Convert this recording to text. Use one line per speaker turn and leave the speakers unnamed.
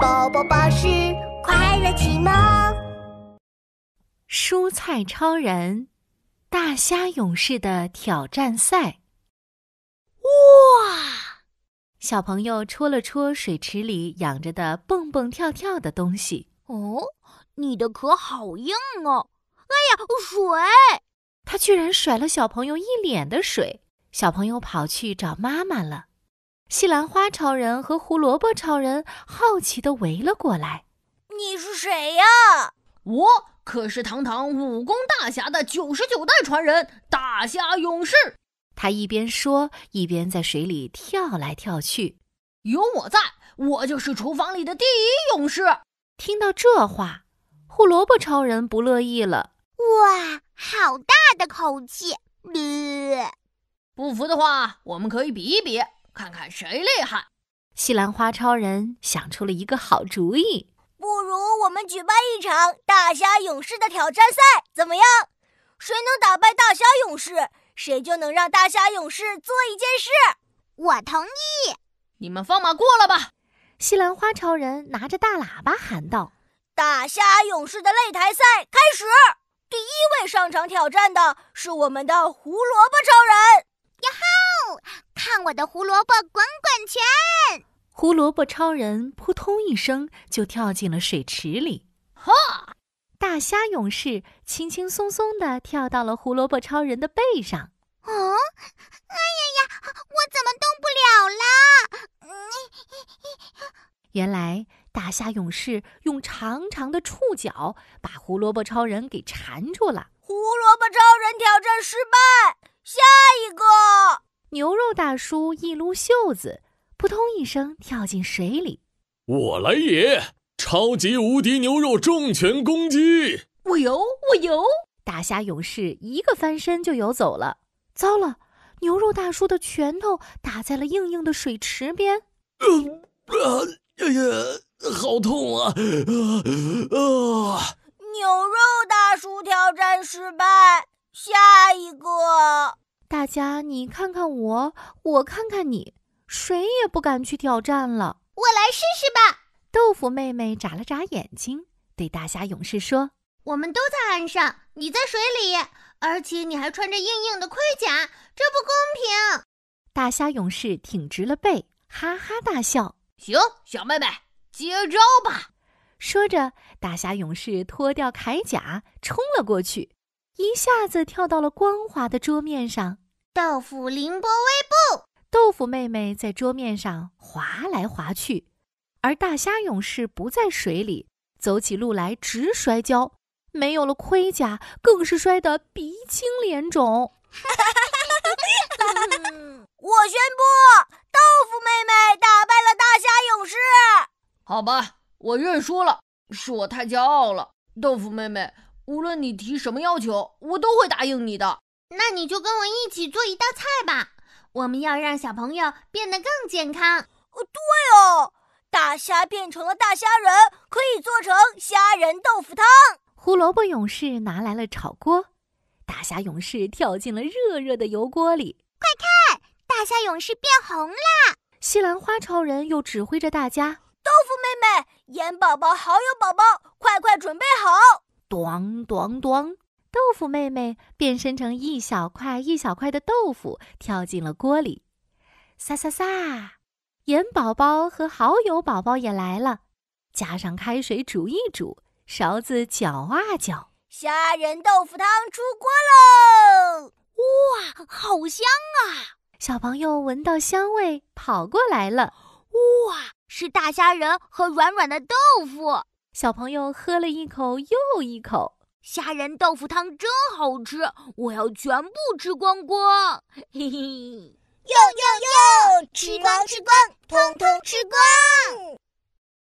宝宝巴士快乐启蒙。
蔬菜超人、大虾勇士的挑战赛。
哇！
小朋友戳了戳水池里养着的蹦蹦跳跳的东西，
哦，你的壳好硬哦！哎呀，水！
他居然甩了小朋友一脸的水。小朋友跑去找妈妈了。西兰花超人和胡萝卜超人好奇地围了过来。
你是谁呀、
我可是堂堂武功大侠的九十九代传人大侠勇士，
他一边说，一边在水里跳来跳去。
有我在，我就是厨房里的第一勇士。
听到这话，胡萝卜超人不乐意了。
哇，好大的口气！呃
不服的话，我们可以比一比，看看谁厉害。
西兰花超人想出了一个好主意。
不如我们举办一场大虾勇士的挑战赛，怎么样？谁能打败大虾勇士，谁就能让大虾勇士做一件事。
我同意。
你们放马过来吧！
西兰花超人拿着大喇叭喊道
大虾勇士的擂台赛开始，第一位上场挑战的是我们的胡萝卜超人。
看我的胡萝卜滚滚拳！：“
胡萝卜超人！”扑通一声就跳进了水池里。
哈！
大虾勇士轻轻松松地跳到了胡萝卜超人的背上。
哦，哎呀呀，我怎么动不了啦？嗯，
原来，大虾勇士用长长的触角把胡萝卜超人给缠住了。
胡萝卜超人挑战失败，下一个。
牛肉大叔一撸袖子，扑通一声跳进水里。
我来也！超级无敌牛肉重拳攻击！
我游，我游！
大虾勇士一个翻身就游走了。糟了，牛肉大叔的拳头打在了硬硬的水池边。
啊，哎呀，好痛啊！啊啊！
牛肉大叔挑战失败，下一个。
大家你看看我，我看看你，谁也不敢去挑战了。
我来试试吧。
豆腐妹妹眨了眨眼睛，对大虾勇士说
我们都在岸上，你在水里，而且你还穿着硬硬的盔甲，这不公平！：“
大虾勇士挺直了背，哈哈大笑。
行，小妹妹，接招吧！”
说着，大虾勇士脱掉铠甲，冲了过去，一下子跳到了光滑的桌面上。
豆腐凌波微
豆腐妹妹在桌面上滑来滑去，而大虾勇士不在水里，走起路来直摔跤，没有了盔甲，更是摔得鼻青脸肿。
我宣布，豆腐妹妹打败了大虾勇士。
好吧，我认输了，是我太骄傲了。豆腐妹妹，无论你提什么要求，我都会答应你的。
那你就跟我一起做一道菜吧。我们要让小朋友变得更健康。
对哦，大虾变成了大虾仁，可以做成虾仁豆腐汤。
胡萝卜勇士拿来了炒锅，大虾勇士跳进了热热的油锅里。
大虾勇士变红了，
西兰花超人又指挥着大家，
妹妹，盐宝宝、好友宝宝，快快准备好！
咚咚咚，豆腐妹妹变身成一小块一小块的豆腐，跳进了锅里。撒撒撒，盐宝宝和好友宝宝也来了，加上开水煮一煮，勺子搅啊搅。
虾仁豆腐汤出锅喽！哇，好香！
小朋友闻到香味跑过来了，
哇，是大虾仁和软软的豆腐，
小朋友喝了一口又一口。
虾仁豆腐汤真好吃，我要全部吃光光！嘿嘿，哟哟哟，
吃光吃光，通通吃光。